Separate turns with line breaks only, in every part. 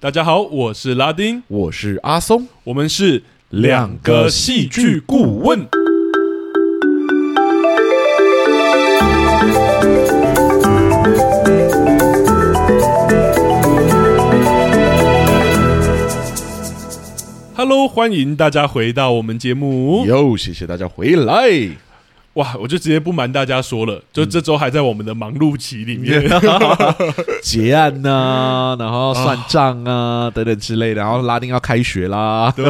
大家好，我是拉丁，
我是阿松，
我们是
两个戏剧顾问。
Hello，欢迎大家回到我们节目。
哟，谢谢大家回 来。
哇，我就直接不瞒大家说了，就这周还在我们的忙碌期里面。
结案呐、然后算账啊，等等之类的。然后拉丁要开学啦，
对，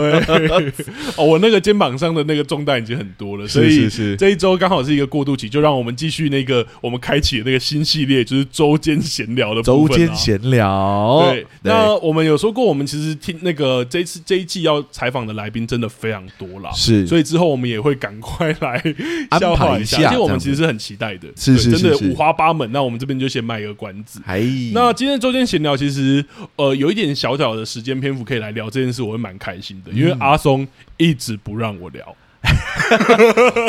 哦，我那个肩膀上的那个重担已经很多了，所
是
以
是是
这一周刚好是一个过渡期，就让我们继续那个我们开启的那个新系列，就是周间闲聊的部
周
分啊
间闲聊。哦
对，那我们有说过，我们其实听那个这一次这一季要采访的来宾真的非常多啦，
是
所以之后我们也会赶快来
安排
消化
一
下，
下
而且我
这
们
样
其实是很期待的，
是
对
是
真的
是是
五花八门。那我们这边就先卖个关子。
还
那今天周间闲聊，其实呃有一点小小的时间篇幅可以来聊这件事，我会蛮开心的，因为阿松一直不让我聊，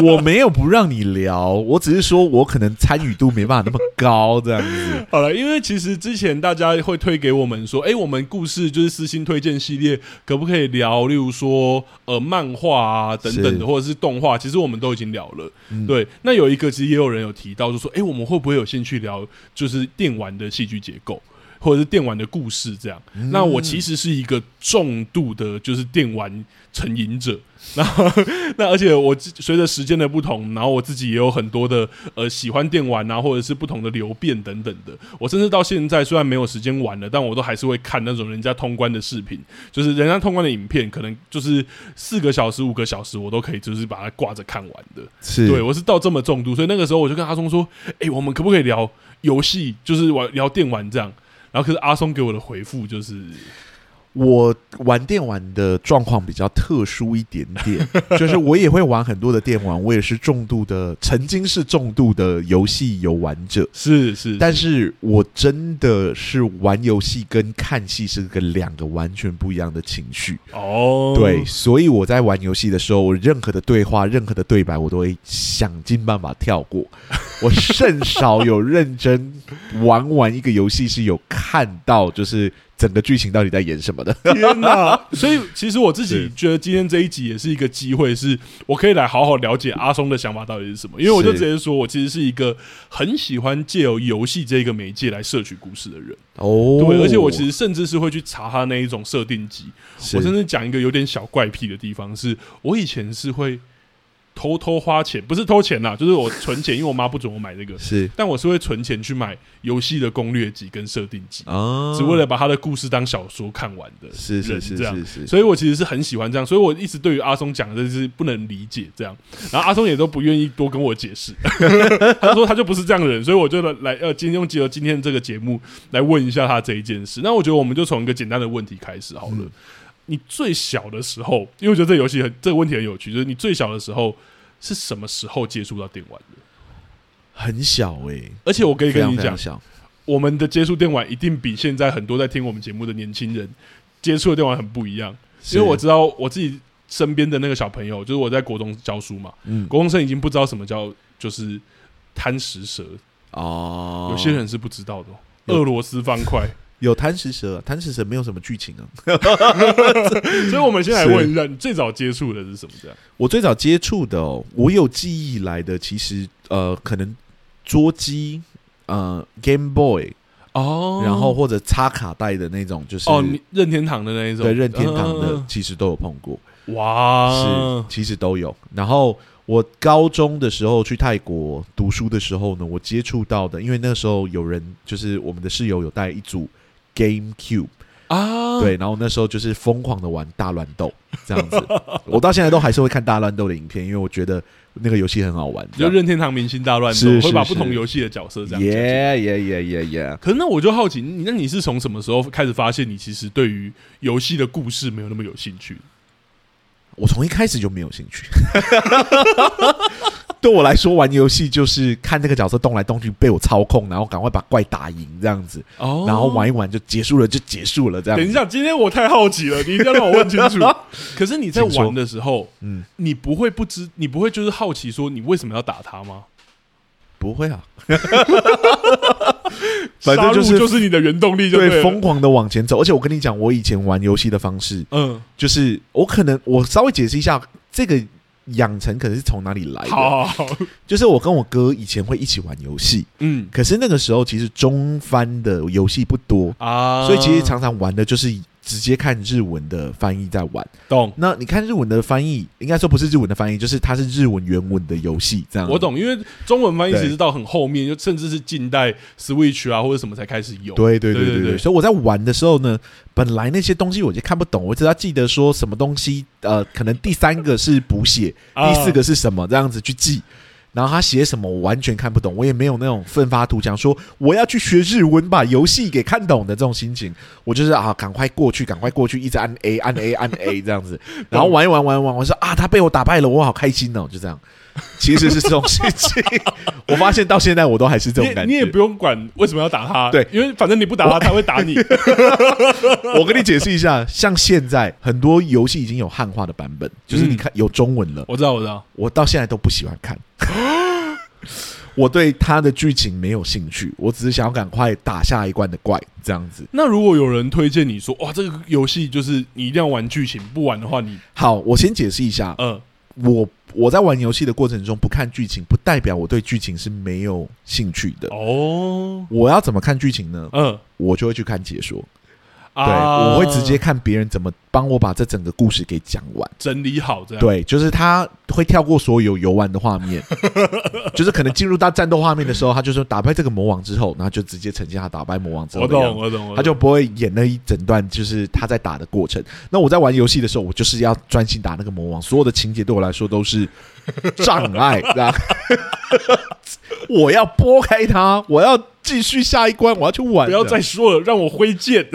我没有不让你聊，我只是说我可能参与度没办法那么高，这样子。
好了，因为其实之前大家会推给我们说，哎、我们故事就是私心推荐系列，可不可以聊？例如说，呃，漫画啊等等
是
的，或者是动画，其实我们都已经聊了。
嗯
对，那有一个其实也有人有提到，就说，哎、我们会不会有兴趣聊就是电玩的戏剧结构？或者是电玩的故事这样，
嗯
那我其实是一个重度的，就是电玩成瘾者。然后， 那而且我自随着时间的不同，然后我自己也有很多的呃喜欢电玩啊，或者是不同的流变等等的。我甚至到现在虽然没有时间玩了，但我都还是会看那种人家通关的视频，就是人家通关的影片，可能就是四个小时、五个小时，我都可以就是把它挂着看完的。
是
对，我是到这么重度，所以那个时候我就跟阿松说：“诶，我们可不可以聊游戏，就是玩聊电玩这样？”然后可是阿松给我的回复就是，
我玩电玩的状况比较特殊一点点， 就是我也会玩很多的电玩，我也是重度的，曾经是重度的游戏游玩者。
是是，
但是我真的是玩游戏跟看戏是个两个完全不一样的情绪，
哦，
对，所以我在玩游戏的时候，我任何的对话、任何的对白，我都会想尽办法跳过。我甚少有认真玩完一个游戏是有看到，就是整个剧情到底在演什么 的。
天呐！所以其实我自己
是
觉得今天这一集也是一个机会，是我可以来好好了解阿松的想法到底是什么。因为我就直接
是
说，我其实是一个很喜欢借由游戏这个媒介来摄取故事的人。
哦
对，而且我其实甚至是会去查他那一种设定集。
是
我甚至讲一个有点小怪癖的地方是，我以前是会偷偷花钱，不是偷钱啦，就是我存钱，因为我妈不准我买那个，
是
但我是会存钱去买游戏的攻略集跟设定集。
啊
只为了把他的故事当小说看完的人，
是是是
这样
是是
所以我其实是很喜欢这样，所以我一直对于阿松讲的就是不能理解这样，然后阿松也都不愿意多跟我解释， 他说他就不是这样的人，所以我就来呃，今天用结合今天这个节目来问一下他这一件事。那我觉得我们就从一个简单的问题开始好
嗯
了。你最小的时候，因为我觉得这游戏很这个问题很有趣，就是你最小的时候是什么时候接触到电玩的？
很小哎、欸，
而且我可以
非
跟
常
你
非
讲
常，小，
我们的接触电玩一定比现在很多在听我们节目的年轻人接触的电玩很不一样，因为我
是
知道我自己身边的那个小朋友，就是我在国中教书嘛，
嗯
国中生已经不知道什么叫就是贪食蛇，
哦，
有些人是不知道的哦、
有
俄罗斯方 块，
有贪食蛇，贪食蛇没有什么剧情啊。
所以我们先来问一下，你最早接触的是什么？这样
我最早接触的、哦，我有记忆以来的，其实呃，可能桌机。呃，Game Boy，、
哦
然后或者插卡带的那种，就是
哦，你任天堂的那一种，
对任天堂的
嗯，啊
其实都有碰过，
哇
是，其实都有。然后我高中的时候去泰国读书的时候呢，我接触到的，因为那时候有人就是我们的室友有带一组 GameCube，
啊，
对，然后那时候就是疯狂的玩大乱斗 这样子，我到现在都还是会看大乱斗的影片，因为我觉得那个游戏很好玩。
就任天堂明星大乱斗，
是是
会把
是
不同游戏的角色这样讲解
耶耶耶耶耶！
可是那我就好奇，你那你是从什么时候开始发现你其实对于游戏的故事没有那么有兴趣？
我从一开始就没有兴趣。 对我来说，玩游戏就是看这个角色动来动去，被我操控，然后赶快把怪打赢这样子，
哦
然后玩一玩就结束了，就结束了这样
等一
子。
下，今天我太好奇了，你一定要让我问清 楚。可是你在
请说
玩的时候，
嗯，
你不会不知，你不会就是好奇说你为什么要打他吗？
不会啊，反正就是
杀戮就是你的原动力就对
对，
了，
疯狂的往前走。而且我跟你讲，我以前玩游戏的方式，
嗯，
就是我可能我稍微解释一下这个养成可能是从哪里来的。
好好，好
就是我跟我哥以前会一起玩游戏，
嗯
可是那个时候其实中翻的游戏不多，
啊，
所以其实常常玩的就是直接看日文的翻译在玩。
懂。
那你看日文的翻译，应该说不是日文的翻译，就是它是日文原文的游戏这样。
我。懂，因为中文翻译
对
其实到很后面，就甚至是近代 Switch 啊或者什么才开始有。
对对对
对
对
对
对，所以我在玩的时候呢，本来那些东西我就看不懂，我只要记得说什么东西，呃，可能第三个是补血，
啊
第四个是什么，这样子去记。然后他写什么我完全看不懂，我也没有那种奋发图强说我要去学日文把游戏给看懂的这种心情，我就是啊赶快过去，赶快过去，一直按 A 按 A 按 A 这 样子，然后玩一玩玩一玩，我说啊他被我打败了，我好开心哦，就这样，其实是这种心情， 我发现到现在我都还是这
你
种
也
感觉，
你也不用管为什么要打他，
对
因为反正你不打他，他会打你。
我跟你解释一下，像现在很多游戏已经有汉化的版本，就是你看有中文了，
我知道，我知 道，
我到现在都不喜欢看。我对它的剧情没有兴趣，我只是想要赶快打下一关的怪，这样子。
那如果有人推荐你说，哇，这个游戏就是你一定要玩剧情，不玩的话你，
好，我先解释一下，
呃，
我我在玩游戏的过程中不看剧情，不代表我对剧情是没有兴趣的。
哦，
我要怎么看剧情呢？
嗯、
我就会去看解说，对，
啊，
我会直接看别人怎么帮我把这整个故事给讲完。
整理好这样。，
对，就是他会跳过所有游玩的画面， 就是可能进入到战斗画面的时候，他就说打败这个魔王之后，然后就直接呈现他打败魔王之后
我
的样
懂，
子。
我懂，我懂
他就不会演那一整段，就是他在打的过程。那我在玩游戏的时候，我就是要专心打那个魔王，所有的情节对我来说都是障碍，对吧？ 我要拨开它，我要继续下一关，我要去玩。
不要
这样
再说了，让我挥 剑。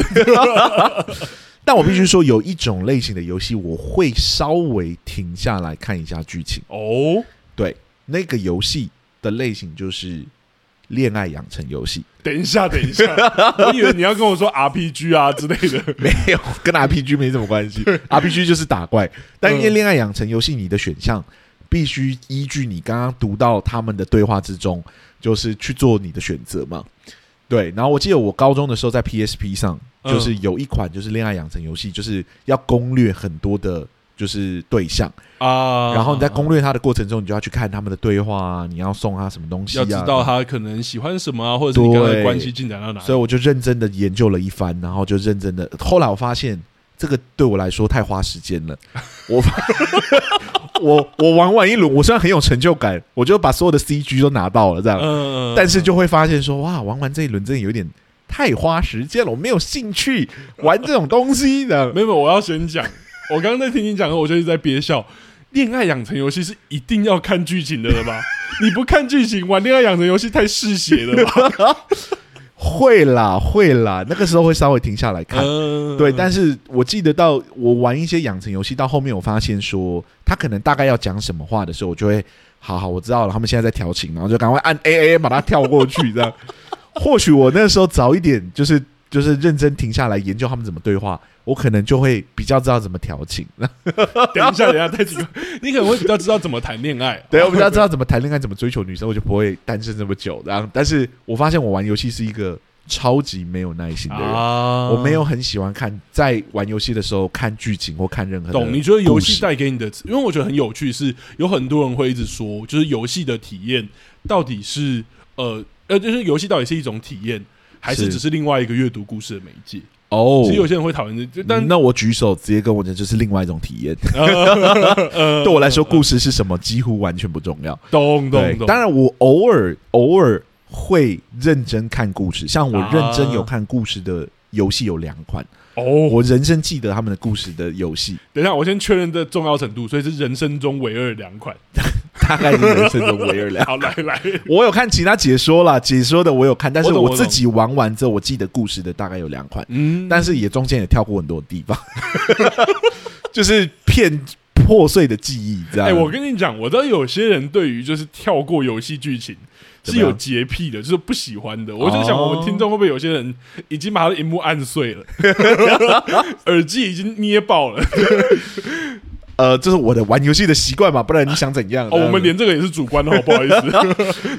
但我必须说，有一种类型的游戏，我会稍微停下来看一下剧情。
哦，
对，那个游戏的类型就是恋爱养成游戏，
等一下，等一 下，我以为你要跟我说 RPG 啊之类的。
没有跟 RPG 没什么 关系。RPG 就是打怪，但因为
嗯
恋爱养成游戏，你的选项必须依据你刚刚读到他们的对话之中，就是去做你的选择嘛。对，然后我记得我高中的时候在 PSP 上，
嗯
就是有一款就是恋爱养成游戏，就是要攻略很多的，就是对象，
啊
然后你在攻略他的过程中，你就要去看他们的对话啊，你要送他什么东西、啊，
要知道他可能喜欢什么啊，或者是你跟他的关系进展到哪
所以我就认真的研究了一番，然后就认真的。后来我发现，这个对我来说太花时间 了。我发我我玩完一轮，我虽然很有成就感，我就把所有的 CG 都拿到了这样，
嗯，
但是就会发现说，哇，玩完这一轮真的有点太花时间了，我没有兴趣玩这种东西的。
没有，没有我要先讲。我刚刚在听你讲的时候，我就一直在憋笑。恋爱养成游戏是一定要看剧情的了 吧？你不看剧情玩恋爱养成游戏太嗜血了吧？
会啦会啦，那个时候会稍微停下来看。
嗯，
对，但是我记得到我玩一些养成游戏，到后面我发现说，他可能大概要讲什么话的时候，我就会，好好，我知道了，他们现在在调情，然后就赶快按 A A 把它跳过去，这样。或许我那时候早一点，就是就是认真停下来研究他们怎么对话，我可能就会比较知道怎么调情。
等一下，等一下，太奇怪， 你可能会比较知道怎么谈恋爱。
对，我 比较知道怎么谈恋爱，怎么追求女生，我就不会单身这么久。然后，但是我发现我玩游戏是一个超级没有耐心的人。
啊
我没有很喜欢看，在玩游戏的时候看剧情或看任何的
懂，你觉得游
故
戏
事
带给你的，因为我觉得很有趣是，有很多人会一直说，就是游戏的体验到底是呃呃，就是游戏到底是一种体验，还是
是
只是另外一个阅读故事的媒介？
哦
其实有些人会讨论这，就但
嗯那我举手直接跟我讲，就是另外一种体验。
呃
对我来说，故事是什么几乎完全不重要。
懂
对
懂，懂，
当然我偶尔偶尔会认真看故事，像我认真
啊
有看故事的游戏有两款，
哦，
我人生记得他们的故事的游戏，
等一下，我先确认的重要程度，所以是人生中唯二两 款。
大概是人生中唯二两。
好，来来，
我有看其他解说啦，解说的我有看，但是
我懂
我
我
自
懂
己玩完之后，我记得故事的大概有两款。
嗯
但是也中间也跳过很多地方， 就是片破碎的记忆这样。
哎、我跟你讲，我知道有些人对于就是跳过游戏剧情
怎
是
么样哦
有洁癖的，就是不喜欢的。我就想，我们听众会不会有些人已经把他的荧 幕按碎了，耳机已经捏爆了？
呃，这是我的玩游戏的习惯嘛，不然你想怎样？
哦，我们连这个也是主观的，好不好意 思？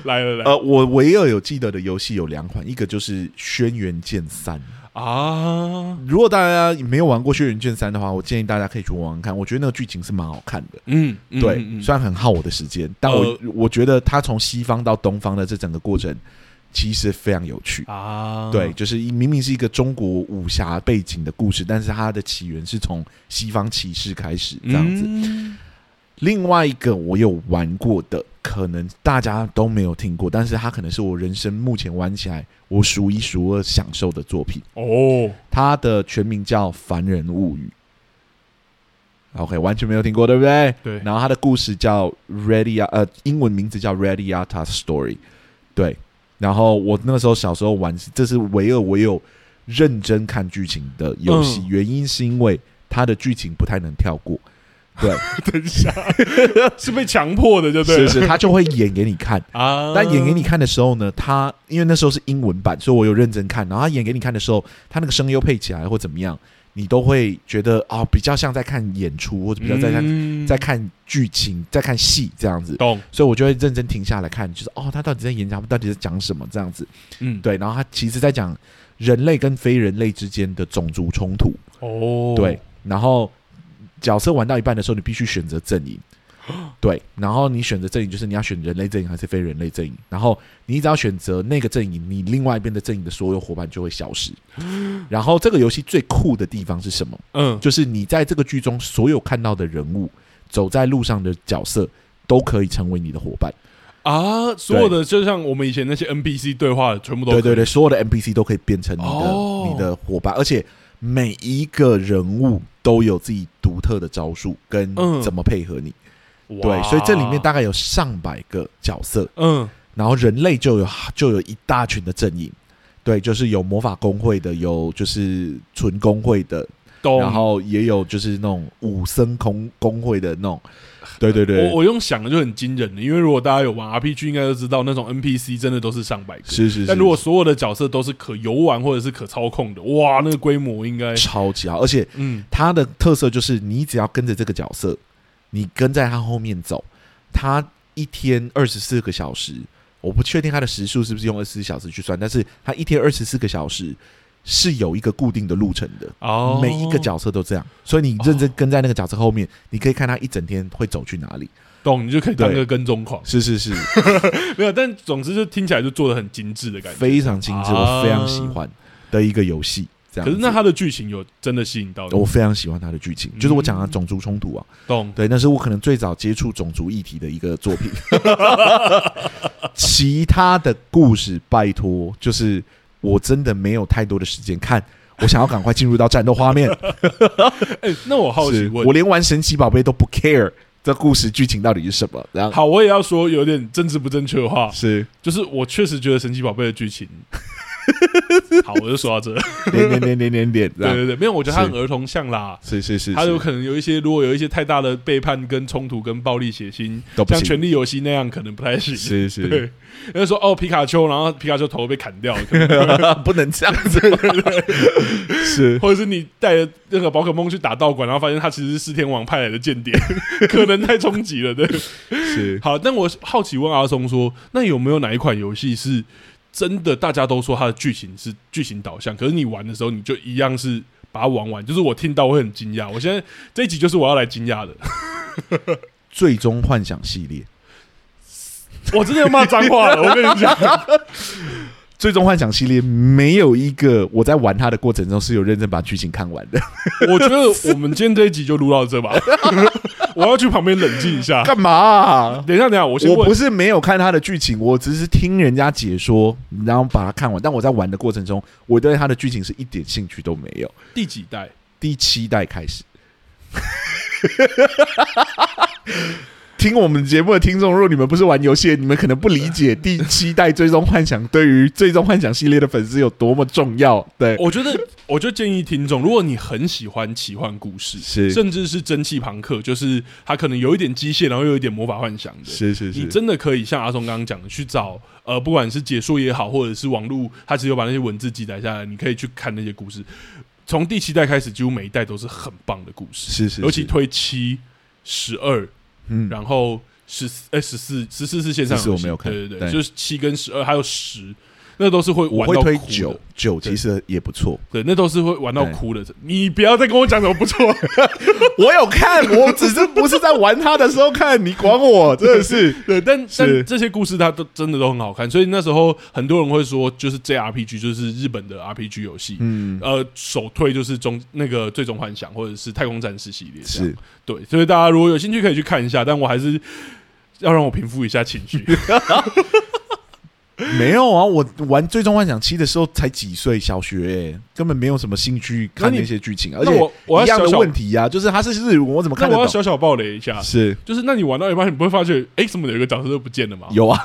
来了来了
呃，我我也有有记得的游戏有两款，一个就是《轩辕剑三》。
啊，
如果大家没有玩过《轩辕剑三》的话，我建议大家可以去玩玩看，我觉得那个剧情是蛮好看的。
嗯，嗯
对，
嗯嗯呃
虽然很耗我的时间，但我、我觉得它从西方到东方的这整个过程其实非常有趣。
啊，
对，就是一明明是一个中国武侠背景的故事，但是它的起源是从西方骑士开始这样子。
嗯
另外一个我有玩过的，可能大家都没有听过，但是它可能是我人生目前玩起来我数一数二享受的作品。
哦，
它的全名叫《凡人物语》。OK，完全没有听过，对不对？
对，
然后它的故事叫 Ready 呃，英文名字叫 Ready Ata Story。对，然后我那时候小时候玩，这是唯二我有认真看剧情的游戏，
嗯
原因是因为它的剧情不太能跳过。对，
等一下 是被强迫的，就对
是
了
是，他就会演给你看。
啊，
但演给你看的时候呢，他因为那时候是英文版，所以我有认真看。然后他演给你看的时候，他那个声优配起来或怎么样，你都会觉得哦，比较像在看演出，或者比较在看、
看
在看剧情，在看戏这样子。
嗯懂，
所以我就会认真停下来看，就是哦，他到底在演讲，他到底在讲什么这样子。
嗯，
对，然后他其实在讲人类跟非人类之间的种族冲突。
哦，
对，，然后角色玩到一半的时候，你必须选择阵营。 对，然后你选择阵营，就是你要选人类阵营还是非人类阵营。然后你只要选择那个阵营，你另外一边的阵营的所有伙伴就会消 失。然后这个游戏最酷的地方是什么？
嗯，
就是你在这个剧中所有看到的人物，走在路上的角色，都可以成为你的伙伴。
啊，所有的就像我们以前那些 NPC 对话，全部都
对
可
对
以
对，所有的 NPC 都可以变成你的、
哦
你的伙伴，而且每一个人物都有自己独特的招数跟
嗯
怎么配合你。对，
哇
所以这里面大概有上百个角色，
嗯
然后人类就有就有一大群的阵营，对，就是有魔法工会的，有就是纯工会的，
懂，
然后也有就是那种武僧工工会的那种，对对对
我，我用想的就很惊人了，因为如果大家有玩 RPG，应该都知道那种 NPC 真的都是上百个。
是是是。
但如果所有的角色都是可游玩或者是可操控的，哇，那个规模应该，
超级好，而且
嗯，
它的特色就是你只要跟着这个角色，你跟在他后面走，他一天二十四个小时，我不确定他的时数是不是用二十四小时去算，但是他一天二十四个小时是有一个固定的路程的。
哦，
每一个角色都这样，所以你认真跟在那个角色后面，你可以看他一整天会走去哪里。
懂，你就可以当
对
个跟踪狂，
是是是，
没有，但总之就听起来就做的很精致的感觉。
非常精致，
啊
我非常喜欢的一个游戏。这样
可
子，
是那它的剧情有真的吸引到你？
我非常喜欢它的剧情，就是我讲的种族冲突啊，
懂，
对，那是我可能最早接触种族议题的一个作品。 其他的故事，拜托，就是我真的没有太多的时间看，我想要赶快进入到战斗画面。
哎、那我 好奇
是
问
我，连玩神奇宝贝都不 care 这故事剧情到底是什么，然后
好，我也要说有点政治不正确的话，
是
就是我确实觉得神奇宝贝的 剧情，好，我就说到这。
点点点点点点，这
对
样
对对，没有，我觉得它
啊是
很儿童像啦。
是是是，
它
是
有可能有一些，如果有一些太大的背叛、跟冲突、跟暴力、血腥，
都不
像《
行，
权力游戏》那样，可能不太行。
是是，
对，那说哦，皮卡丘，然后皮卡丘头被砍掉，可能
不能这样 子，是
或者是你带着那个宝可梦去打道馆，然后发现他其实是四天王派来的间谍， 可能太冲击了。对，
是，
好，但我好奇问阿松说，那有没有哪一款游戏是真的大家都说它的剧情是剧情导向，可是你玩的时候你就一样是把它玩完？就是我听到我会很惊讶，我现在这一集就是我要来惊讶的，
最终幻想系列，
我真的要骂脏话了，我跟你讲，
最终幻想系列没有一个我在玩它的过程中是有认真把剧情看完 的。
我觉得我们今天这一集就录到这吧， 我要去旁边冷静一下。
干嘛啊、
等一下，等一下，我先
我
问
不，是没有看它的剧情，我只是听人家解说，然后把它看完。但我在玩的过程中，我对它的剧情是一点兴趣都没有。
第几代？
第七代开始， 听我们节目的听众，如果你们不是玩游戏的，你们可能不理解第七代《最终幻想》对于《最终幻想》系列的粉丝有多么重要。对，
我觉得，我就建议听众，如果你很喜欢奇幻故事，
是
甚至是蒸汽朋克，就是它可能有一点机械，然后又有一点魔法幻想的，
是是
你真的可以像阿松刚刚讲的，去找呃，不管是解说也好，或者是网络，他只有把那些文字记载下来，你可以去看那些故事。从第七代开始，几乎每一代都是很棒的故事，
是是，
尤其
是
推七十二，
嗯，
然后十哎十四十四是线上游戏
14我没有看
对对
对
对，就是七跟十二还有十，那都是会
我
玩
会
到
推
哭
九
的，
九
对
其实也不错。
对，那都是会玩到
对
哭的。你不要再跟我讲什么不错，
我有看，我只是不是在玩它的时候看，你管我，真的是。
对，但
是
但这些故事它都真的都很好看，所以那时候很多人会说，就是 JRPG 就是日本的 RPG 游戏，
嗯，
呃，首推就是中那个《最终幻想》或者是《太空战士》系列，
是，
对，所以大家如果有兴趣可以去看一下，但我还是要让我平复一下情绪。
没有啊，我玩《最终幻想七》的时候才几岁，小学、欸，根本没有什么兴趣看
那你
那些剧情，而
那
且
我我要
一样
小
的
小
问题呀、啊，就是它是日文， 我怎么
那
看得
我要
懂？
小小爆雷一下，
是
就是那你玩到一半，你不会发觉，哎、怎么有一个角色都不见了吗？
有 啊，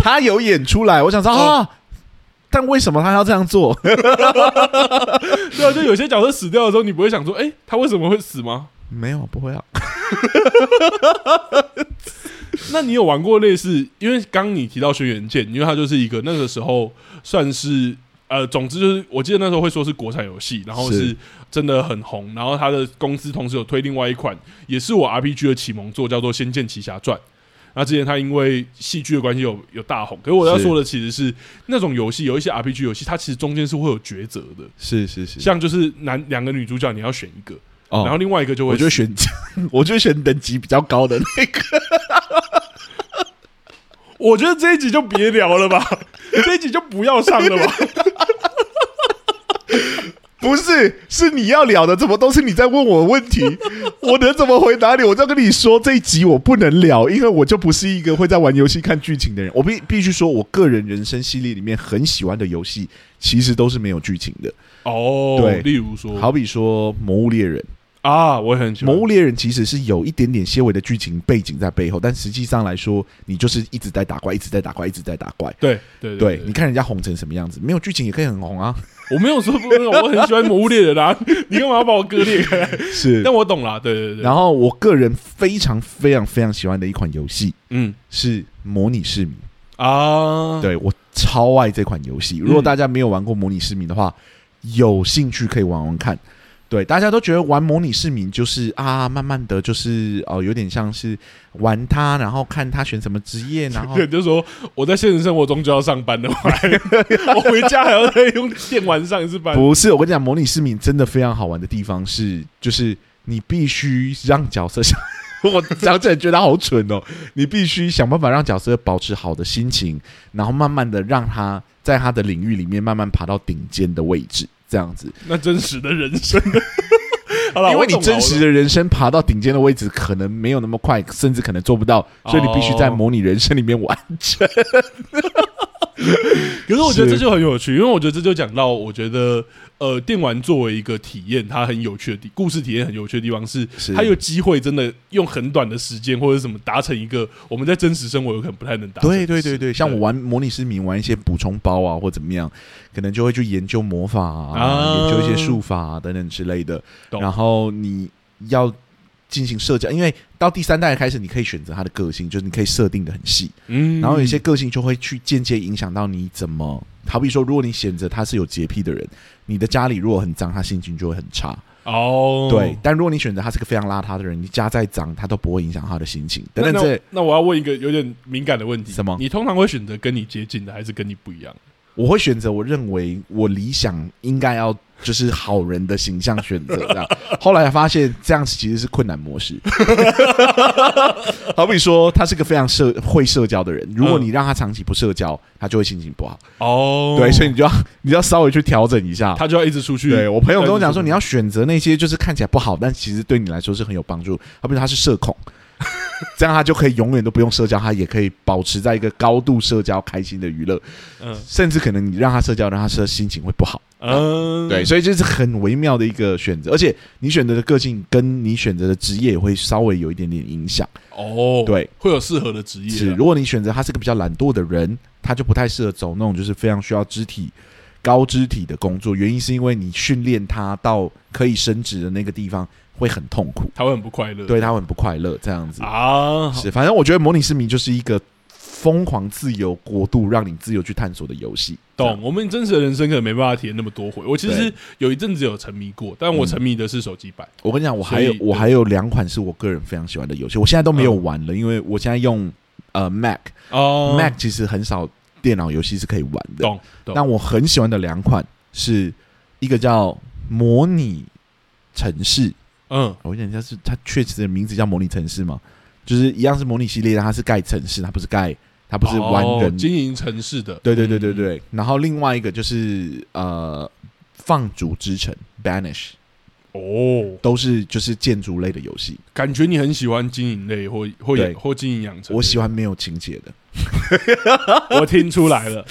他有演出来，我想说啊。但为什么他要这样做？
对啊，就有些角色死掉的时候，你不会想说，哎、他为什么会死吗？
没有，不会啊。
那你有玩过类似？因为刚你提到轩辕剑，因为它就是一个那个时候算是呃，总之就是我记得那时候会说是国产游戏，然后
是
是真的很红，然后它的公司同时有推另外一款，也是我 RPG 的启蒙作，叫做《仙剑奇侠传》。那之前它因为戏剧的关系有有大红，可是我要
是
说的其实是那种游戏，有一些 RPG 游戏，它其实中间是会有抉择的，
是是是，
像就是男两个女主角你要选一个，
哦
然后另外一个就会
我
死
就选， 我就选等级比较高的那个。
我觉得这一集就别聊了 吧，这一集就不要上了吧。
不是，是你要聊的，怎么都是你在问我问 题，我能怎么回答你？我就跟你说，这一集我不能聊，因为我就不是一个会在玩游戏看剧情的人。我必必须说，我个人人生系列里面很喜欢的游戏，其实都是没有剧情的。
哦，
对
例如说，
好比说《魔物猎人》，
啊，我也很
《
喜
魔
欢。
物猎人》其实是有一点点些微的剧情背景在背后，但实际上来说，你就是一直在打怪，一直在打怪，一直在打怪。
对对
对，
对
你，看人家红成什么样子，没有剧情也可以很红啊。
我没有说不能，我很喜欢《魔物猎人》 啊，你干嘛要把我割裂开来？
是
但我懂啦，对对对，
然后我个人非常非常非常喜欢的一款游戏
嗯
是《模拟市民》
啊，
对我超爱这款游戏。如果大家没有玩过《模拟市民》的话，有兴趣可以玩玩看。对，大家都觉得玩《模拟市民》就是啊，慢慢的就是哦、有点像是玩它，然后看他选什么职业，然后
对， 就说我在现实生活中就要上班的话， 我回家还要再用电玩上一次班。
不是，我跟你讲，模拟市民真的非常好玩的地方是，就是你必须让角色想， 我讲起来觉得好蠢哦。你必须想办法让角色保持好的心情，然后慢慢的让他在他的领域里面慢慢爬到顶尖的位置，这样子。
那真实的人生， 好了，
因
我
为你
懂啦
真实，的人生爬到顶尖的位置，可能没有那么快，甚至可能做不到，所以你必须在
哦
模拟人生里面玩成。
我懂可是我觉得
是
这就很有趣，因为我觉得这就讲到，我觉得呃，电玩作为一个体验，它很有趣的地，故事体验很有趣的地方是，
是
他有机会真的用很短的时间或者什么达成一个我们在真实生活有可能不太能达成的
对
事。
对对对，像我玩模拟市民玩一些补充包啊，或怎么样，可能就会去研究魔法啊，
啊
研究一些术法啊等等之类的。
懂
然后你要进行社交，因为到第三代开始，你可以选择他的个性，就是你可以设定的很细。
嗯
然后有一些个性就会去间接影响到你怎么，好比说，如果你选择他是有洁癖的人，你的家里如果很脏，他心情就会很差。
哦，
对，但如果你选择他是个非常邋遢的人，你家再脏，他都不会影响他的心情。等
那
等
那
这
我。那我要问一个有点敏感的问题，
什么
你通常会选择跟你接近的，还是跟你不一样？
我会选择我认为我理想应该要就是好人的形象选择这样。 后来发现这样其实是困难模式。 好比说，他是个非常社会社交的人，如果你让他长期不社交，他就会心情不好。
哦
对，所以你就要你就要稍微去调整一下。
他就要一直出去。
对我朋友跟我讲说，
但是
你要选择那些就是看起来不好，但其实对你来说是很有帮助。好比说他是社恐， 这样他就可以永远都不用社交，他也可以保持在一个高度社交、开心的娱乐。
嗯
甚至可能你让他社交，让他社心情会不好。
嗯，
对，所以这是很微妙的一个选择，而且你选择的个性跟你选择的职业也会稍微有一点点影响。
哦，，
对，
会有适合的职业啊。
是如果你选择他是个比较懒惰的人，他就不太适合走那种就是非常需要肢体。高肢体的工作，原因是因为你训练他到可以伸直的那个地方会很痛苦，
他会很不快乐。
对他会很不快乐，这样子
啊，
是。反正我觉得模拟市民就是一个疯狂自由国度，让你自由去探索的游戏。
懂，我们真实的人生可能没办法体验那么多回。我其实有一阵子有沉迷过，但我沉迷的是手机版。
我跟你讲，我还
所
有
以
我
对嗯
还有两款是我个人非常喜欢的游戏，我现在都没有玩了，因为我现在用呃 Mac，Mac、
哦
Mac 其实很少电脑游戏是可以玩的。
懂懂
但我很喜欢的两款是一个叫模拟城市，
嗯
我想一下是它确实的名字叫模拟城市吗？就是一样是模拟系列，但它是盖城市，它不是盖，它不是玩
哦
人。
经营城市的。
对对对对
嗯，
对。然后另外一个就是呃，放逐之城 （Banish）
哦，
都是就是建筑类的游戏。
感觉你很喜欢经营类或或
对
养或经营养成。
我喜，欢没有情节 的，
我听出来了。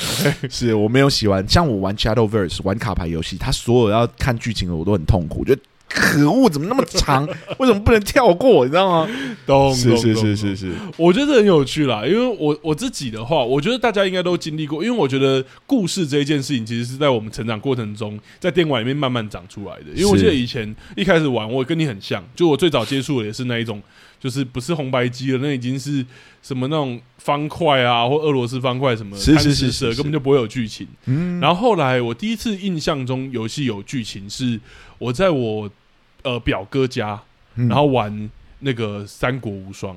是我没有喜欢。像我玩 Shadowverse 玩卡牌游戏，它所有要看剧情的我都很痛苦，我觉得可恶，怎么那么长？为什么不能跳过？你知道吗？
懂，
是
懂
是是，
懂
是是，
懂我觉得这很有趣啦，因为我我自己的话，我觉得大家应该都经历过，因为我觉得故事这一件事情，其实是在我们成长过程中，在电玩里面慢慢长出来的。因为我记得以前一开始玩，我跟你很像，就我最早接触的也是那一种，就是不是红白机了，那已经是什么那种方块啊，或俄罗斯方块什么，
是是
贪
是
吃
是
蛇
是
根本就不会有剧情。
嗯，
然后后来我第一次印象中游戏有剧情是我在我呃表哥家，
嗯
然后玩那个《三国无双》，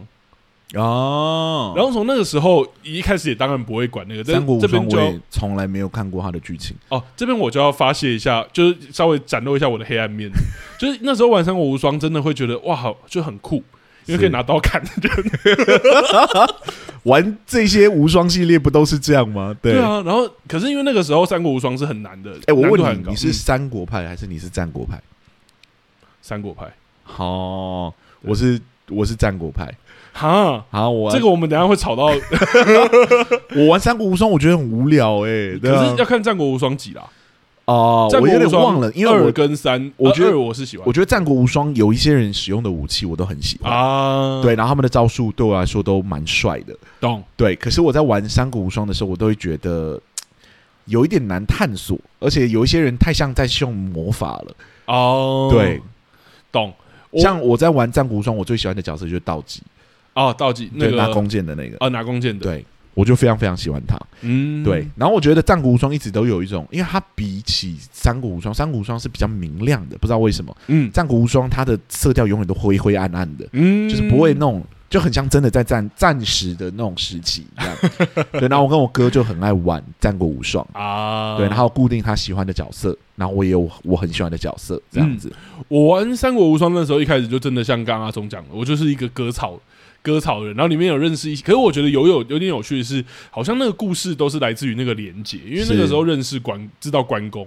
哦，
然后从那个时候一开始也当然不会管那个，但
三国
是
无
这
双
边就
我
要
也从来没有看过它的剧情，
哦，这边我就要发泄一下，就是稍微展露一下我的黑暗 面，就是那时候玩三国无双真的会觉得哇，好就很酷。因为可以
是
拿刀砍，
玩这些无双系列不都是这样吗？
对
对。
啊。然后，可是因为那个时候《三国无双》是很难的，
哎、我
难度
问
很
你，
高
你是
嗯
三国派还是你是战国派？
三国派？
哦，
对
我是我是战国派。
哈，
好，我
这个我们等一下会 吵到，可
我玩三国无双，我觉得很无聊哎、对啊
是要看《战国无双》几啦。
哦，
战
我
国
有
无
点
双
忘了，因为
二
我
跟三，
我觉得
呃二我是喜欢
我觉得战国无双有一些人使用的武器我都很喜欢，
啊，
对，，然后他们的招数对我来说都蛮帅的。
懂
对，可是我在玩三国无双的时候，我都会觉得嘖有一点难探索，而且有一些人太像在用魔法了。
哦，
对，
懂我
像我在玩战国无双，我最喜欢的角色就是道吉，
哦，道记那
对，
个
拿弓箭的那个，
啊，拿弓箭的，
对。我就非常非常喜欢他，
嗯，
对。然后我觉得《战国无双》一直都有一种，因为它比起《三国无双》，《三国无双》是比较明亮的，不知道为什么，
嗯
《战国无双》它的色调永远都灰灰暗暗的，
嗯，
就是不会那种就很像真的在战战时的那种时期一样。 对，然后我跟我哥就很爱玩《战国无双》，
啊，
对，然后固定他喜欢的角色，然后我也有我很喜欢的角色，这样子。
我玩《三国无双》那时候，一开始就真的像刚刚阿忠讲的，我就是一个割草割草人，然后里面有认识一些，可是我觉得有有有点有趣的是，好像那个故事都是来自于那个连结，因为那个
是
时候认识关知道关公，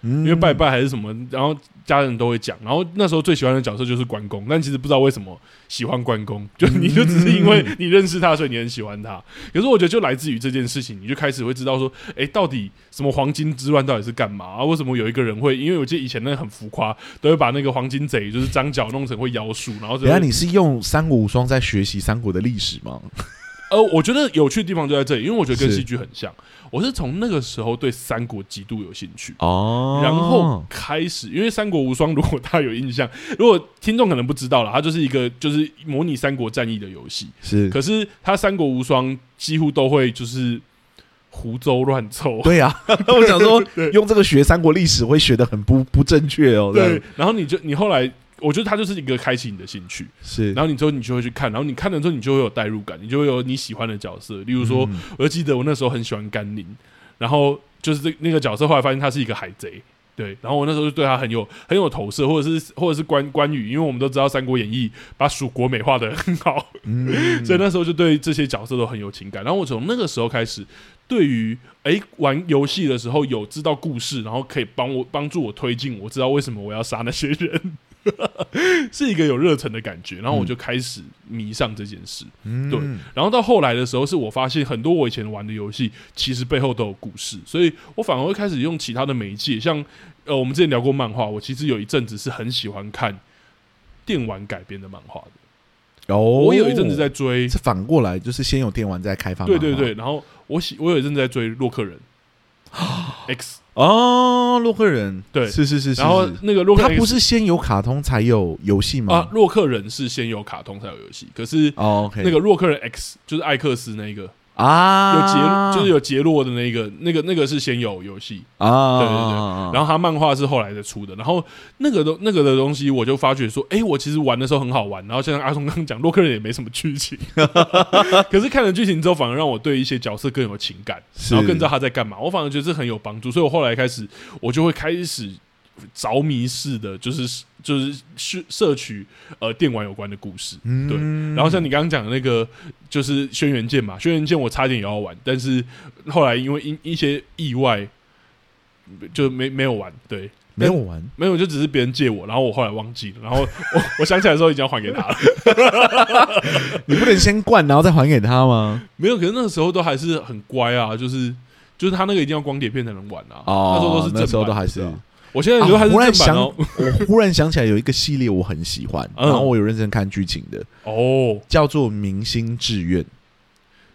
嗯
因为拜拜还是什么，然后家人都会讲。然后那时候最喜欢的角色就是关公，但其实不知道为什么喜欢关公，就
嗯
你就只是因为你认识他，所以你很喜欢他。可是我觉得就来自于这件事情，你就开始会知道说，诶，到底什么黄金之乱到底是干嘛、啊？为什么有一个人会？因为我记得以前那个很浮夸，都会把那个黄金贼就是张角弄成会妖术，然后就
等一下你是用《三国无双》在学习三国的历史吗？
呃，我觉得有趣的地方就在这里，因为我觉得跟
是
戏剧很像。我是从那个时候对三国极度有兴趣。
哦
然后开始，因为《三国无双》，如果大家有印象， 如果听众可能不知道了，它就是一个就是模拟三国战役的游戏。
是
可是它《三国无双》几乎都会就是胡诌乱凑，
对啊， 我 想说用这个学三国历史会学的很不不正确哦。这样
对，然后你就你后来，我觉得它就是一个开启你的兴趣，
是，
然后你之后你就会去看，然后你看了之后你就会有代入感，你就会有你喜欢的角色，例如说，
嗯
我就记得我那时候很喜欢甘宁，然后就是这那个角色，后来发现他是一个海贼，对，然后我那时候就对他很有很有投射，或者是或者是关关羽，因为我们都知道《三国演义》把蜀国美化的很好，
嗯
所以那时候就对这些角色都很有情感。然后我从那个时候开始，对于诶玩游戏的时候有知道故事，然后可以帮我帮助我推进，我知道为什么我要杀那些人。 是一个有热忱的感觉，然后我就开始迷上这件事。
嗯
对然后到后来的时候，是我发现很多我以前玩的游戏，其实背后都有故事，所以我反而会开始用其他的媒介，像呃，我们之前聊过漫画，我其实有一阵子是很喜欢看电玩改编的漫画的。
哦，
我有一阵子在追，
是反过来，就是先有电玩再开发。
对对对，，然后我喜我有一阵子在追洛克 人 X，
哦，洛克人，
对
是是是是，
然后
是
那个洛克
他
人
不是先有卡通才有游戏吗？
啊，洛啊克人是先有卡通才有游戏，可是
哦，OK，
那个洛克人 X 就是艾克斯那一个。有杰、
啊，
就是有杰洛的那个，那个那个是先有游戏，
啊，
对对对然后他漫画是后来的出的，然后那个东那个的东西，我就发觉说，哎，我其实玩的时候很好玩，然后像阿松刚讲，洛克人也没什么剧情，可是看了剧情之后，反而让我对一些角色更有情感，
是
然后更知道他在干嘛，我反而觉得这很有帮助，所以我后来开始，我就会开始着迷式的，就是就是摄摄取呃电玩有关的故事，
嗯
对然后像你刚刚讲的那个，就是《轩辕剑》嘛，《轩辕剑》我差点也要玩，但是后来因为因一些意外，就没没有玩。对，
没有玩，
没有，就只是别人借我，然后我后来忘记了，然后我 我想起来的时候已经要还给他了。
你不能先灌然后再还给他吗？
没有，可是那个时候都还是很乖啊，就是就是他那个一定要光碟片才能玩 啊。
哦，
那时候都是正
那时候
版
都还是
对啊我现在
啊
觉得还是
忽然
正版哦。
我忽然想起来 有一个系列我很喜欢，
嗯
然后我有认真看剧情的，
哦，
叫做《明星志愿》。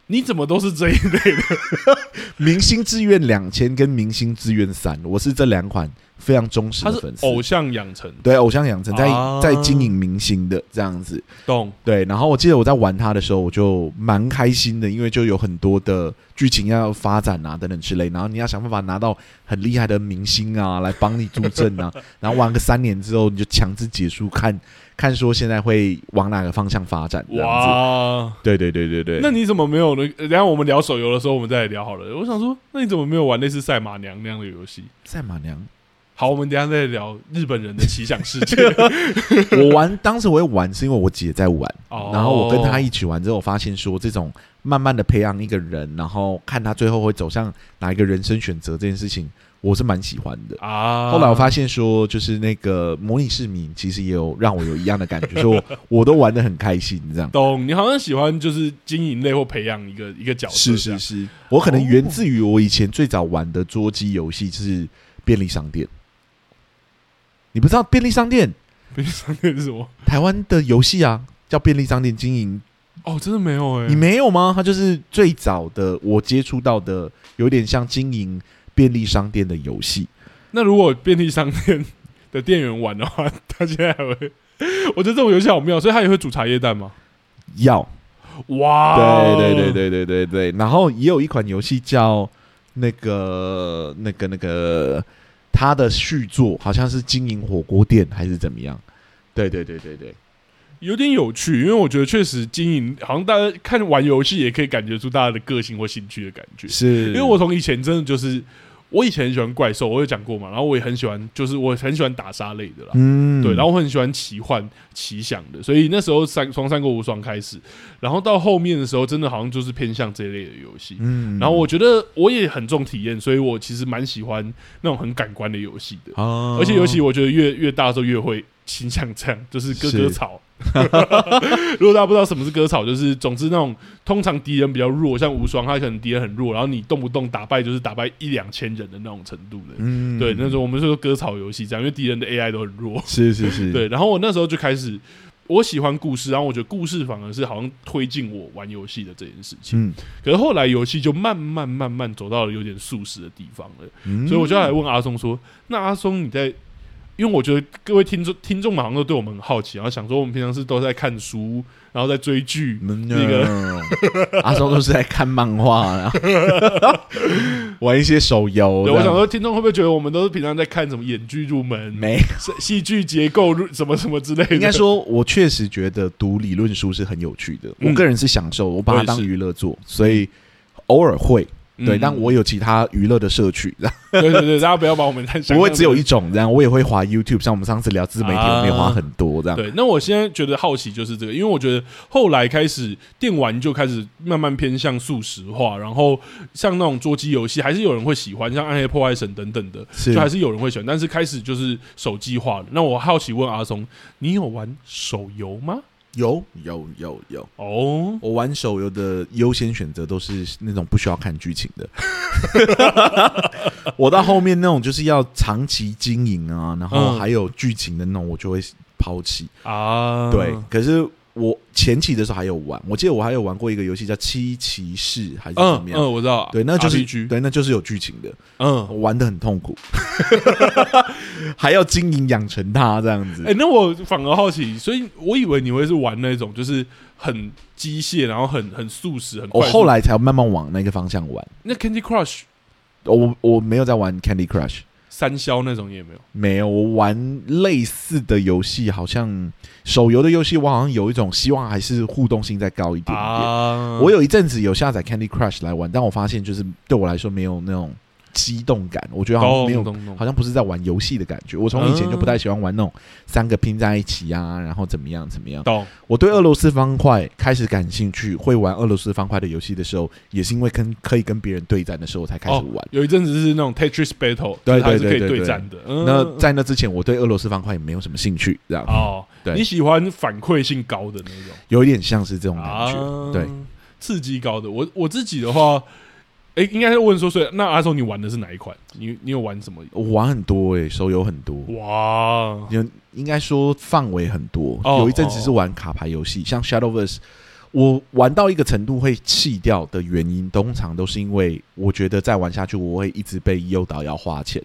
你怎么都是这一类的？
《明星志愿两千》跟《明星志愿三》，我是这两款非常忠实
他
的
是
粉丝。
偶像养成，
对偶像养成在、
啊
在经营明星的这样子，
懂？
对。然后我记得我在玩它的时候，我就蛮开心的，因为就有很多的剧情要发展啊等等之类，然后你要想办法拿到很厉害的明星啊来帮你助阵啊，然后玩个三年之后你就强制结束，看看说现在会往哪个方向发展这样子。
哇！
对对对对对，
那你怎么没有呢？呃等一下我们聊手游的时候，我们再来聊好了。我想说，那你怎么没有玩类似赛马娘那样的游戏？
赛马娘。
好，我们等一下再聊日本人的奇想世 界。
我玩当时我会玩，是因为我姐在玩，
哦
然后我跟她一起玩之后，我发现说这种慢慢的培养一个人，然后看他最后会走向哪一个人生选择这件事情，我是蛮喜欢的。
啊，
后来我发现说，就是那个模拟市民其实也有让我有一样的感 觉，所以我我都玩的很开心，这样。
懂，你好像喜欢就是经营类或培养一个一个角色，
是
这
是
样
是，我可能源自于我以前最早玩的桌机游戏是便利商店。你不知道便利商店，
便利商店是什么？
台湾的游戏啊，叫便利商店经营
哦，真的没有哎、
你没有吗？它就是最早的我接触到的，有点像经营便利商店的游戏。
那如果便利商店的店员玩的话，他现在还会，我觉得这种游戏好妙，所以他也会煮茶叶蛋吗？
要，
哇，哦
对对对，对对对对。然后也有一款游戏叫那个那个那个，它的续作好像是经营火锅店还是怎么样？对对对对对，
有点有趣，因为我觉得确实经营，好像大家看玩游戏也可以感觉出大家的个性或兴趣的感觉。
是
因为我从以前真的就是，我以前很喜欢怪兽，我有讲过嘛，然后我也很喜欢，就是我很喜欢打杀类的啦。
嗯
对，然
后
后我很喜欢奇幻、奇想的，所以那时候三从《三国无双》开始，然后到后面的时候，真的好像就是偏向这一类的游戏。
嗯
然后我觉得我也很重体验，所以我其实蛮喜欢那种很感官的游戏的。
啊
嗯而且尤其我觉得越越大之后越会倾向这样，就是割割草。 如果大家不知道什么是割草，就是总之那种通常敌人比较弱，像无双，他可能敌人很弱，然后你动不动打败就是打败一两千人的那种程度的。
嗯
对，那时候我们就说割草游戏这样，因为敌人的 AI 都很弱。
是是是，
对，然后我那时候就开始，我喜欢故事，然后我觉得故事反而是好像推进我玩游戏的这件事情。
嗯，
可是后来游戏就慢慢慢慢走到了有点速食的地方了。
嗯，
所以我就要来问阿松说：“那阿松你在？因为我觉得各位听众听众们好像都对我们很好奇，然后想说我们平常是都在看书，然后在追剧。
那
那
个 阿松都是在看漫画 啦，玩一些手游。
对，
这
我
样
想说听众会不会觉得我们都是平常在看什么演剧入门、
没，
戏戏剧结构入什么什么之类的？
应该说，我确实觉得读理论书是很有趣的。
嗯
我个人是享受，我把
我
它
也
当
是
娱乐做，所以偶尔会
嗯，
对，但我有其他娱乐的社区，
对对对，大家不要把我 们太想
不会
象
只有
成
一种。然后我也会滑 YouTube，像我们上次聊自媒体，
啊
我们也滑很多这样。
对，那我现在觉得好奇就是这个，因为我觉得后来开始电玩就开始慢慢偏向速食化，然后像那种桌机游戏还是有人会喜欢，像《暗黑破坏神》等等的，
是
就还是有人会喜欢，但是开始就是手机化了。那我好奇问阿松，你有玩手游吗？
有有有有，
哦，
我玩手游的优先选择都是那种不需要看剧情的。 我到后面那种就是要长期经营啊，然后
嗯
还有剧情的那种，我就会抛弃。
啊，
对，可是我前期的时候还有玩，我记得我还有玩过一个游戏叫《七骑士》还是怎
嗯
么样？
嗯，我知道，
对，那就是
RPG
对，那就是有剧情的，
嗯，
我玩的很 痛苦，还要经营养成它这样子。
哎、那我反而好奇，所以我以为你会是玩那种就是很机械，然后很很速食，很
我
快速。
后来才慢慢往那个方向玩。
那 Candy Crush
我我没有在玩 Candy Crush，
三消那种也没有，
没有，我玩类似的游戏，好像手游的游戏，我好像有一种希望还是互动性再高一点点。
啊
我有一阵子有下载 Candy Crush 来玩，但我发现就是对我来说没有那种激动感，我觉得好像
懂
没有，
懂懂
好像不是在玩游戏的感觉。我从以前就不太喜欢玩那种三个拼在一起啊，然后怎么样怎么样。
懂，
我对俄罗斯方块开始感兴趣，会玩俄罗斯方块的游戏的时候，也是因为跟可以跟别人对战的时候，我才开始玩。
有一阵子是那种 Tetris Battle，就
对
是它
对
是可以
对对
对
对
战的。嗯
那在那之前，我对俄罗斯方块也没有什么兴趣，这样
哦，
对
你喜欢反馈性高的那种。
有一点像是这种感觉。
啊
对，
刺激高的。我我自己的话，哎、应该是问说，所以那阿松你玩的是哪一款？你你有玩什么？
我玩很多诶、手游很多，
哇，
应应该说范围很多。
哦
有一阵子是玩卡牌游戏，像 Shadowverse，我玩到一个程度会弃掉的原因，通常都是因为我觉得再玩下去我会一直被诱导要 花钱。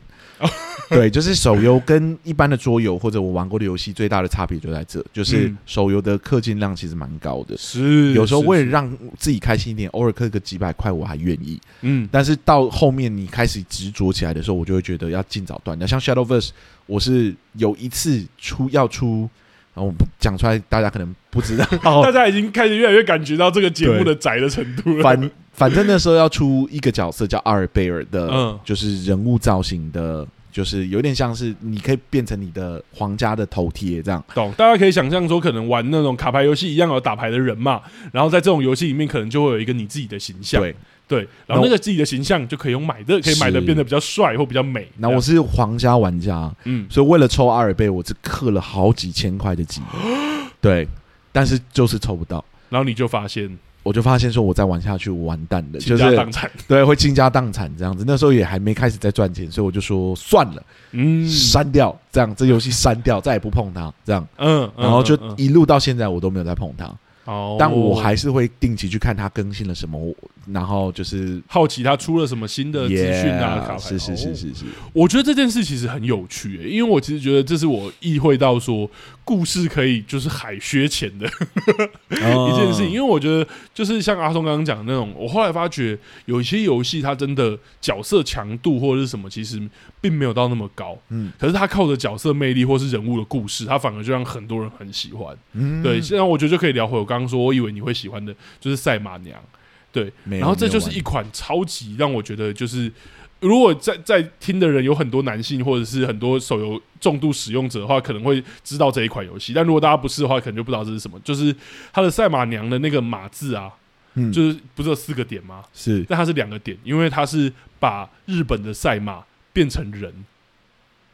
对，就是手游跟一般的桌游或者我玩过的游戏最大的差别就在这，就是
嗯
手游的氪金量其实蛮高的。
是
有时候
是
为
是
了让自己开心一点，偶尔氪个几百块我还愿意。
嗯
但是到后面你开始执着起来的时候，我就会觉得要尽早断掉。像 Shadowverse，我是有一次出要出，然后我不讲出来大家可能不知道，
嗯大家已经开始越来越感觉到这个节目
对
的宅的程度了。
反反正那时候要出一个角色叫阿尔贝尔的，
嗯
就是人物造型的，就是有点像是你可以变成你的皇家的头贴这样。
懂，大家可以想象说，可能玩那种卡牌游戏一样有打牌的人嘛，然后在这种游戏里面，可能就会有一个你自己的形象，
对，
对然后那个自己的形象就可以用买的，可以买的
是
变得比较帅或比较美。
那我
这样
是皇家玩家，
嗯，
所以为了抽阿尔贝，我是氪了好几千块的金，对，但是就是抽不到。
然后你就发现
我就发现说，我再玩下去，我完蛋了，
倾
就
家
是
荡产，
对会倾家荡产这样子。那时候也还没开始在赚钱，所以我就说算了，
嗯
删掉，这样这游戏删掉，再也不碰它，这样。
嗯，嗯
然后就
嗯嗯
一路到现在，我都没有再碰它，
哦，
但我还是会定期去看它更新了什么，我然后就是
好奇他出了什么新的资讯啊
Yeah，
卡牌
是是是是是，
哦我觉得这件事其实很有趣、欸，因为我其实觉得这是我意会到说故事可以就是海削钱的 哦一
一
件事情，因
为
为我觉得就是像阿松刚刚讲的那种，我后来发觉有一些游戏它真的角色强度或者是什么，其实并没有到那么高，
嗯
可是它靠着角色魅力或是人物的故事，它反而就让很多人很喜欢。
嗯
对，现在我觉得就可以聊回我刚刚说，我以为你会喜欢的就是赛马娘。对，
没有
然后这就是
没有
一款超级让我觉得就是。如果在在听的人有很多男性或者是很多手游重度使用者的话，可能会知道这一款游戏。但如果大家不是的话，可能就不知道这是什么。就是它的赛马娘的那个马字啊，
嗯
就是不是有四个点吗？
是
但它是两个点，因为它是把日本的赛马变成人，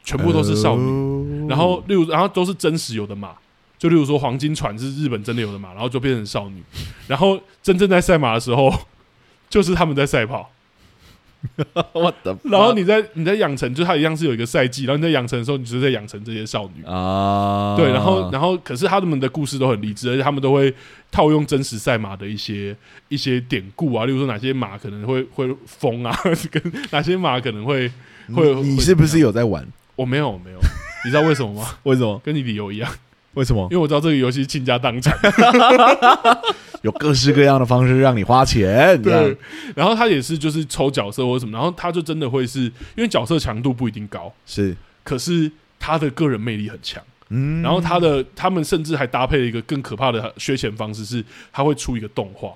全部都是少女。
女
然后例如然后都是真实有的马，就例如说黄金船是日本真的有的马，然后就变成少女，然后真正在赛马的时候， 就是他们在赛跑，
我的，
然后你在你在养成，就它一样是有一个赛季，然后你在养成的时候，你就是在养成这些少女。
啊，
对，然后，然后，可是他们的故事都很励志，而且他们都会套用真实赛马的一些一些典故啊，例如说哪些马可能会会疯啊， 跟哪些马可能会，会
你你是不是有在玩？
我没有，我没有，你知道为什么吗？
为什么？
跟你理由一样，
为什么
因？为我知道这个游戏倾家荡产。
有各式各样的方式让你花 钱，这
对
样，
然后他也是就是抽角色或者什么，然后他就真的会是因为角色强度不一定高，
是，
可是他的个人魅力很强，
嗯
然后他的他们甚至还搭配了一个更可怕的削钱方式，是他会出一个动画。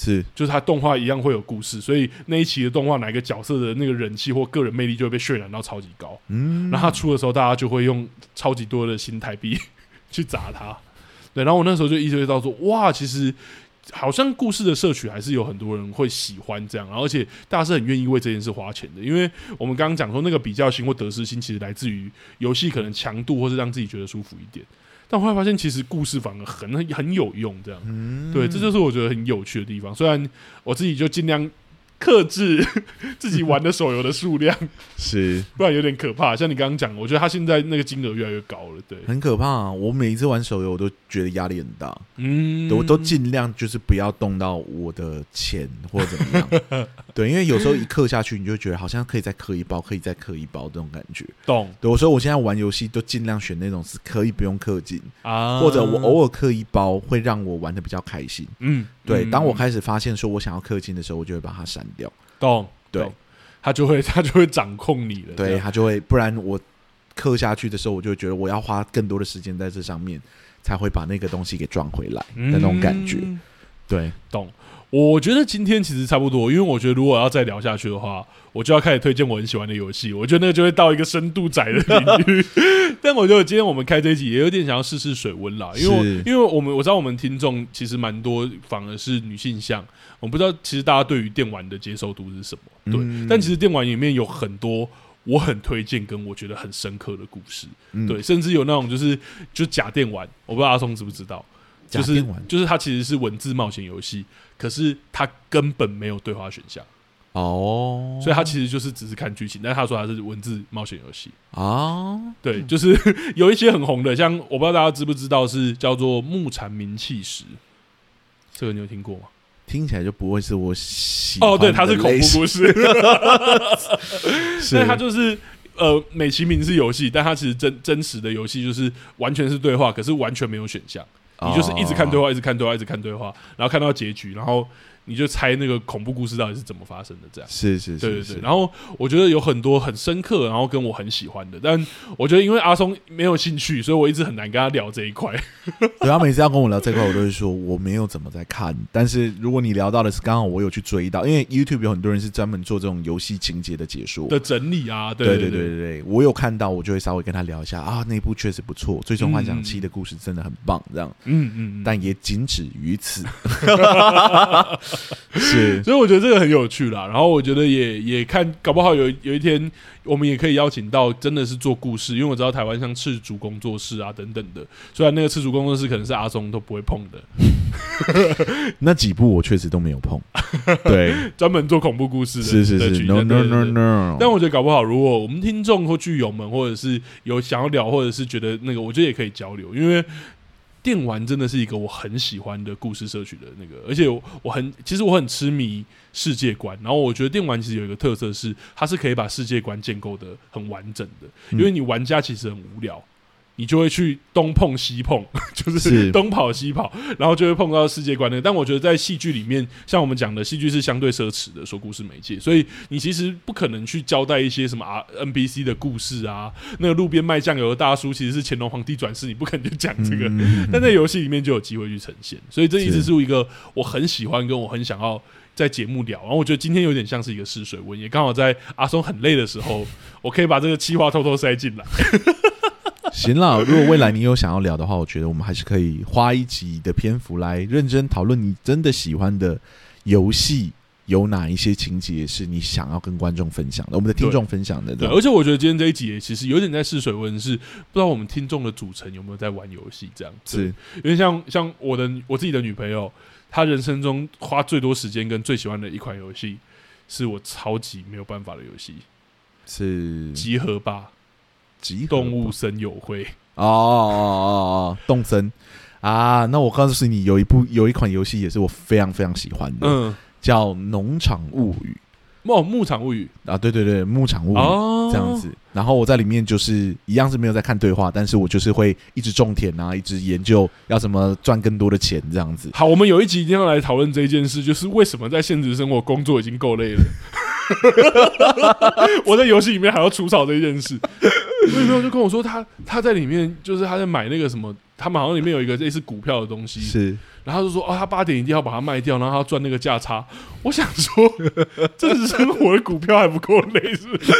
是
就是他动画一样会有故事，所以那一期的动画哪一个角色的那个人气或个人魅力就会被渲染到超级高。
嗯
然后他出的时候，大家就会用超级多的新台币 去砸他。对，然后我那时候就意识到说，哇，其实好像故事的摄取还是有很多人会喜欢这样，然后而且大家是很愿意为这件事花钱的，因为我们刚刚讲说那个比较心或得失心，其实来自于游戏可能强度或是让自己觉得舒服一点。但我后来发现，其实故事反而很很有用，这样，对，这就是我觉得很有趣的地方。虽然我自己就尽量克制 自己玩的手游的数量，
是
不然有点可怕。像你刚刚讲，我觉得他现在那个金额越来越高了。对，
很可怕、啊。我每一次玩手游，我都觉得压力很大，
嗯
我都尽量就是不要动到我的钱或者怎么 样。对，因为有时候一氪下去，你就觉得好像可以再氪一包，可以再氪一包这种感觉。
懂
对，所以我现在玩游戏都尽量选那种是可以不用氪金，
啊，
或者我偶尔氪一包，会让我玩的比较开心。
嗯，
对，
嗯
当我开始发现说我想要氪金的时候，我就会把它删掉。
嗯懂，
对
懂，他就会 他就会掌控你了。这
对，
样，
它就会，不然我氪下去的时候，我就会觉得我要花更多的时间在这上面，才会把那个东西给赚回来的那种感觉。
嗯
对，
懂。我觉得今天其实差不多，因为我觉得如果要再聊下去的话，我就要开始推荐我很喜欢的游戏。我觉得那个就会到一个深度窄的领域。 但我觉得今天我们开这一集也有点想要试试水温啦，因为我
是
因为我们我知道我们听众其实蛮多，反而是女性向。我不知道其实大家对于电玩的接受度是什么，对。
嗯
但其实电玩里面有很多我很推荐跟我觉得很深刻的故事，
嗯
对，甚至有那种就是就假电玩，我不知道阿松知不知道，就
假
是
电玩
就是它其实是文字冒险游戏，可是它根本没有对话选项，
哦，
所以它其实就是只是看剧情，但是他说它是文字冒险游戏。
啊，
对，就是 有一些很红的，像我不知道大家知不知道是叫做《木蝉鸣泣时》，这个你有听过吗？
听起来就不会是我喜
哦，对，
欢
它
的
是恐
嗯类
怖
型
故 事，
是
所以它就是呃，美其名是游戏，但它其实真真实的游戏就是完全是对话，可是完全没有选项，你就是一直看对
哦
话，一直看对话，一直看对话，然后看到结局，然后你就猜那个恐怖故事到底是怎么发生的这样。
是是
对对
是
对，
是，
然后我觉得有很多很深刻，然后跟我很喜欢的，但我觉得因为阿松没有兴趣，所以我一直很难跟他聊这一块。
对他每次要跟我聊这块，我都会说我没有怎么在看。但是如果你聊到的是刚好我有去追到，因为 YouTube 有很多人是专门做这种游戏情节的解说。
的整理 啊，对
对
对
对对对，我有看到，我就会稍微跟他聊一下啊，那部确实不错，《最终幻想七》的故事真的很棒，这样，
嗯嗯嗯。
但也仅止于 此。是，
所以我觉得这个很有趣啦，然后我觉得也也看，搞不好有有一天我们也可以邀请到真的是做故事，因为我知道台湾像赤足工作室啊等等的，虽然那个赤足工作室可能是阿松都不会碰的，
那几部我确实都没有 碰。对，
专门做恐怖故事的
是是
的
是
群对
，no no
对
no
对
no。
但我觉得搞不好，如果我们听众或剧友们，或者是有想要聊，或者是觉得那个，我觉得也可以交流，因为电玩真的是一个我很喜欢的故事社区的那个，而且我我很其实我很痴迷世界观，然后我觉得电玩其实有一个特色是，它是可以把世界观建构的很完整的，
嗯
因为你玩家其实很无聊。你就会去东碰西碰， 就是
是
东跑西跑，然后就会碰到世界观的。但我觉得在戏剧里面，像我们讲的，戏剧是相对奢侈的说故事媒介，所以你其实不可能去交代一些什么 R NBC 的故事啊，那个路边卖酱油的大叔其实是乾隆皇帝转世，你不可能去讲这个。
嗯
但在游戏里面就有机会去呈现，所以这一直是
是
一个我很喜欢跟我很想要在节目聊。然后我觉得今天有点像是一个试水温，也刚好在阿松很累的时候，我可以把这个气话偷偷塞进来。
行啦，如果未来你有想要聊的话，我觉得我们还是可以花一集的篇幅来认真讨论你真的喜欢的游戏有哪一些情节是你想要跟观众分享的，我们的听众分享的。
对，而且我觉得今天这一集也其实有点在试水温，是不知道我们听众的组成有没有在玩游戏这样子。
是
因为像像我的我自己的女朋友，她人生中花最多时间跟最喜欢的一款游戏，是我超级没有办法的游戏
是
《集合吧
集合
动物森友会》。
哦哦哦哦，动森啊！那我告诉你，有一部有一款游戏也是我非常非常喜欢的，
嗯，
叫《农场物语
哦，牧场物语》
啊，对对对，《牧场物语》
哦，
这样。子。然后我在里面就是一样是没有在看对话，但是我就是会一直种田啊，一直研究要怎么赚更多的钱这样子。
好，我们有一集一定要来讨论这件事，就是为什么在现实生活工作已经够累了， 我在游戏里面还要除草这件事。我女朋友就跟我说，她她在里面就是她在买那个什么，他们好像里面有一个类似股票的东西，
是
然后他就说哦，他八点一定要把它卖掉，然后他要赚那个价差。我想说， 这是生活的股票还不够累是不是？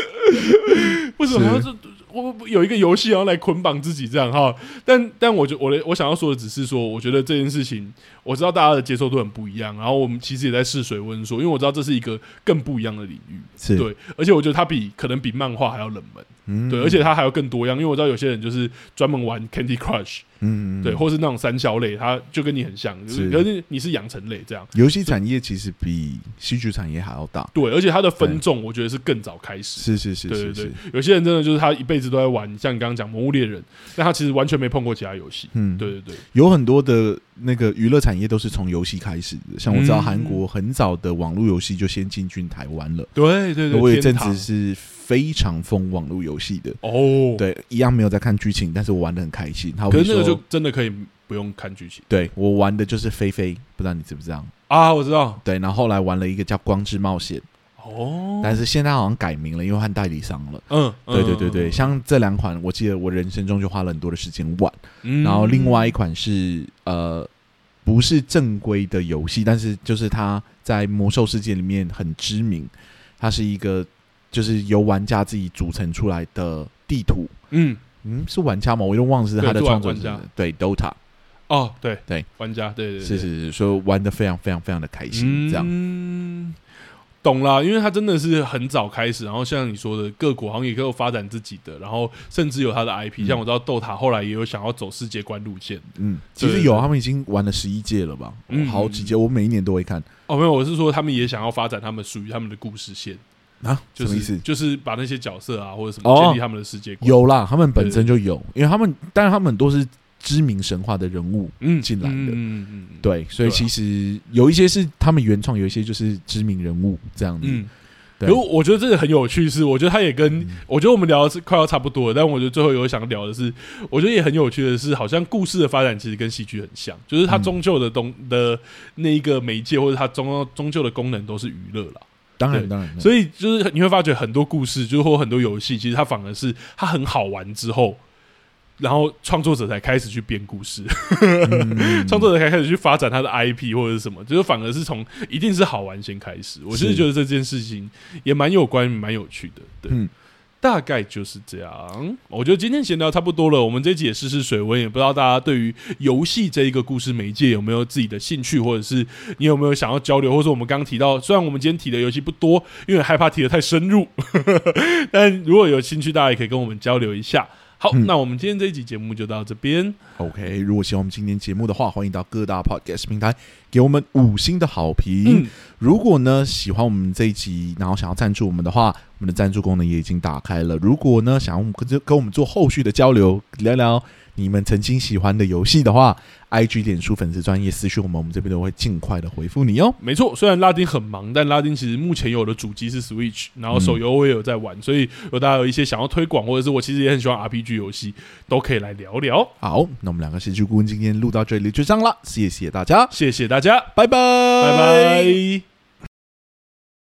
为什么还要这？我我有一个游戏然后来捆绑自己这样哈？但但我觉我的我想要说的只是说，我觉得这件事情我知道大家的接受度很不一样，然后我们其实也在试水温说，因为我知道这是一个更不一样的领域，
是，
对，而且我觉得它比可能比漫画还要冷门，
嗯
对，而且它还要更多样，因为我知道有些人就是专门玩 Candy Crush，
嗯，嗯
对，或是那种三消类，它就跟你很像，就是
是
可是你是养成类这样。
游戏产业其实比戏剧产业还要大，
对，而且它的分众，我觉得是更早开始。
是是是
对对
是
对
是，，
有些人真的就是他一辈子都在玩，像你刚刚讲《魔物猎人》，但他其实完全没碰过其他游戏。
嗯，
对对对，
有很多的那个娱乐产业都是从游戏开始的，像我知道
嗯
韩国很早的网络游戏就先进军台湾了，
对对对，
我有一阵
天堂
子是非常疯网络游戏的，
哦，，
对，一样没有在看剧情，但是我玩的很开心。他
可
会
是那个就
说，
真的可以不用看剧情
对我玩的就是菲菲，不知道你知不知道？
啊，我知道
对，然后后来玩了一个叫《光之冒险》，
哦，
但是现在好像改名了，因为换代理商了。
嗯，嗯
对对对对，，像这两款，我记得我人生中就花了很多的时间玩。
嗯
然后另外一款是呃，不是正规的游戏，但是就是它在魔兽世界里面很知名，它是一个就是由玩家自己组成出来的地图。
嗯
嗯，是玩家吗？我又忘了是他的
对是
创
玩
作者
玩家。
对，Dota
哦，对
对，
玩家对对对
是是是，所以玩的非常非常非常的开心，这样。
嗯懂啦，因为他真的是很早开始，然后像你说的，各国好像也有发展自己的，然后甚至有他的 IP，、
嗯
像我知道豆塔后来也有想要走世界观路线。
嗯，
对
其实
对
有
对
他们已经玩了十一届了吧？
嗯
好几届，我每一年都会看
哦，没有，我是说他们也想要发展他们属于他们的故事线，
啊，
就
什么
是
意思？
就是把那些角色啊或者什
哦
么建立他们的世界观。
有啦，他们本身就有，因为他们，当然他们都是知名神话的人物，
嗯
进来的
嗯嗯嗯嗯，
对，所以
对啊
其实有一些是他们原创，有一些就是知名人物这样子。
嗯，
对
可我我觉得这个很有趣是，我觉得他也跟、
嗯
我觉得我们聊的是快要差不多了，但我觉得最后有想聊的是，我觉得也很有趣的是，好像故事的发展其实跟戏剧很像，就是它
嗯
终究的东、的那一个媒介或者它终终究的功能都是娱乐啦。
当然
对
当然，以
所以就是你会发觉很多故事，就是或很多游戏，其实它反而是它很好玩之后。然后创作者才开始去编故事，创作者才开始去发展他的 IP 或者是什么，就是反而是从一定是好玩先开始。我是
是
觉得这件事情也蛮有关，蛮有趣的。对，
嗯
大概就是这样。我觉得今天闲聊差不多了，我们这一集也试试水温，也不知道大家对于游戏这一个故事媒介有没有自己的兴趣，或者是你有没有想要交流，或者是我们刚刚提到，虽然我们今天提的游戏不多，因为害怕提的太深入， 但如果有兴趣，大家也可以跟我们交流一下。好，
嗯
那我们今天这一集节目就到这边。
OK，如果喜欢我们今天节目的话，欢迎到各大 Podcast 平台给我们五星的好评。
嗯，
如果呢喜欢我们这一集，然后想要赞助我们的话，我们的赞助功能也已经打开了。如果呢想要我们跟跟我们做后续的交流，聊聊你们曾经喜欢的游戏的话，IG 脸书粉丝专业私讯我们，我们这边都会尽快的回复你哦。
没错，虽然拉丁很忙，但拉丁其实目前有的主机是 Switch，然后手游我也有在玩，所以如果大家有一些想要推广，或者是我其实也很喜欢 RPG 游戏，都可以来聊聊。
好，那我们两个戏剧顾问今天录到这里就这样了，谢谢大家，
谢谢大家，
拜拜，拜
拜拜。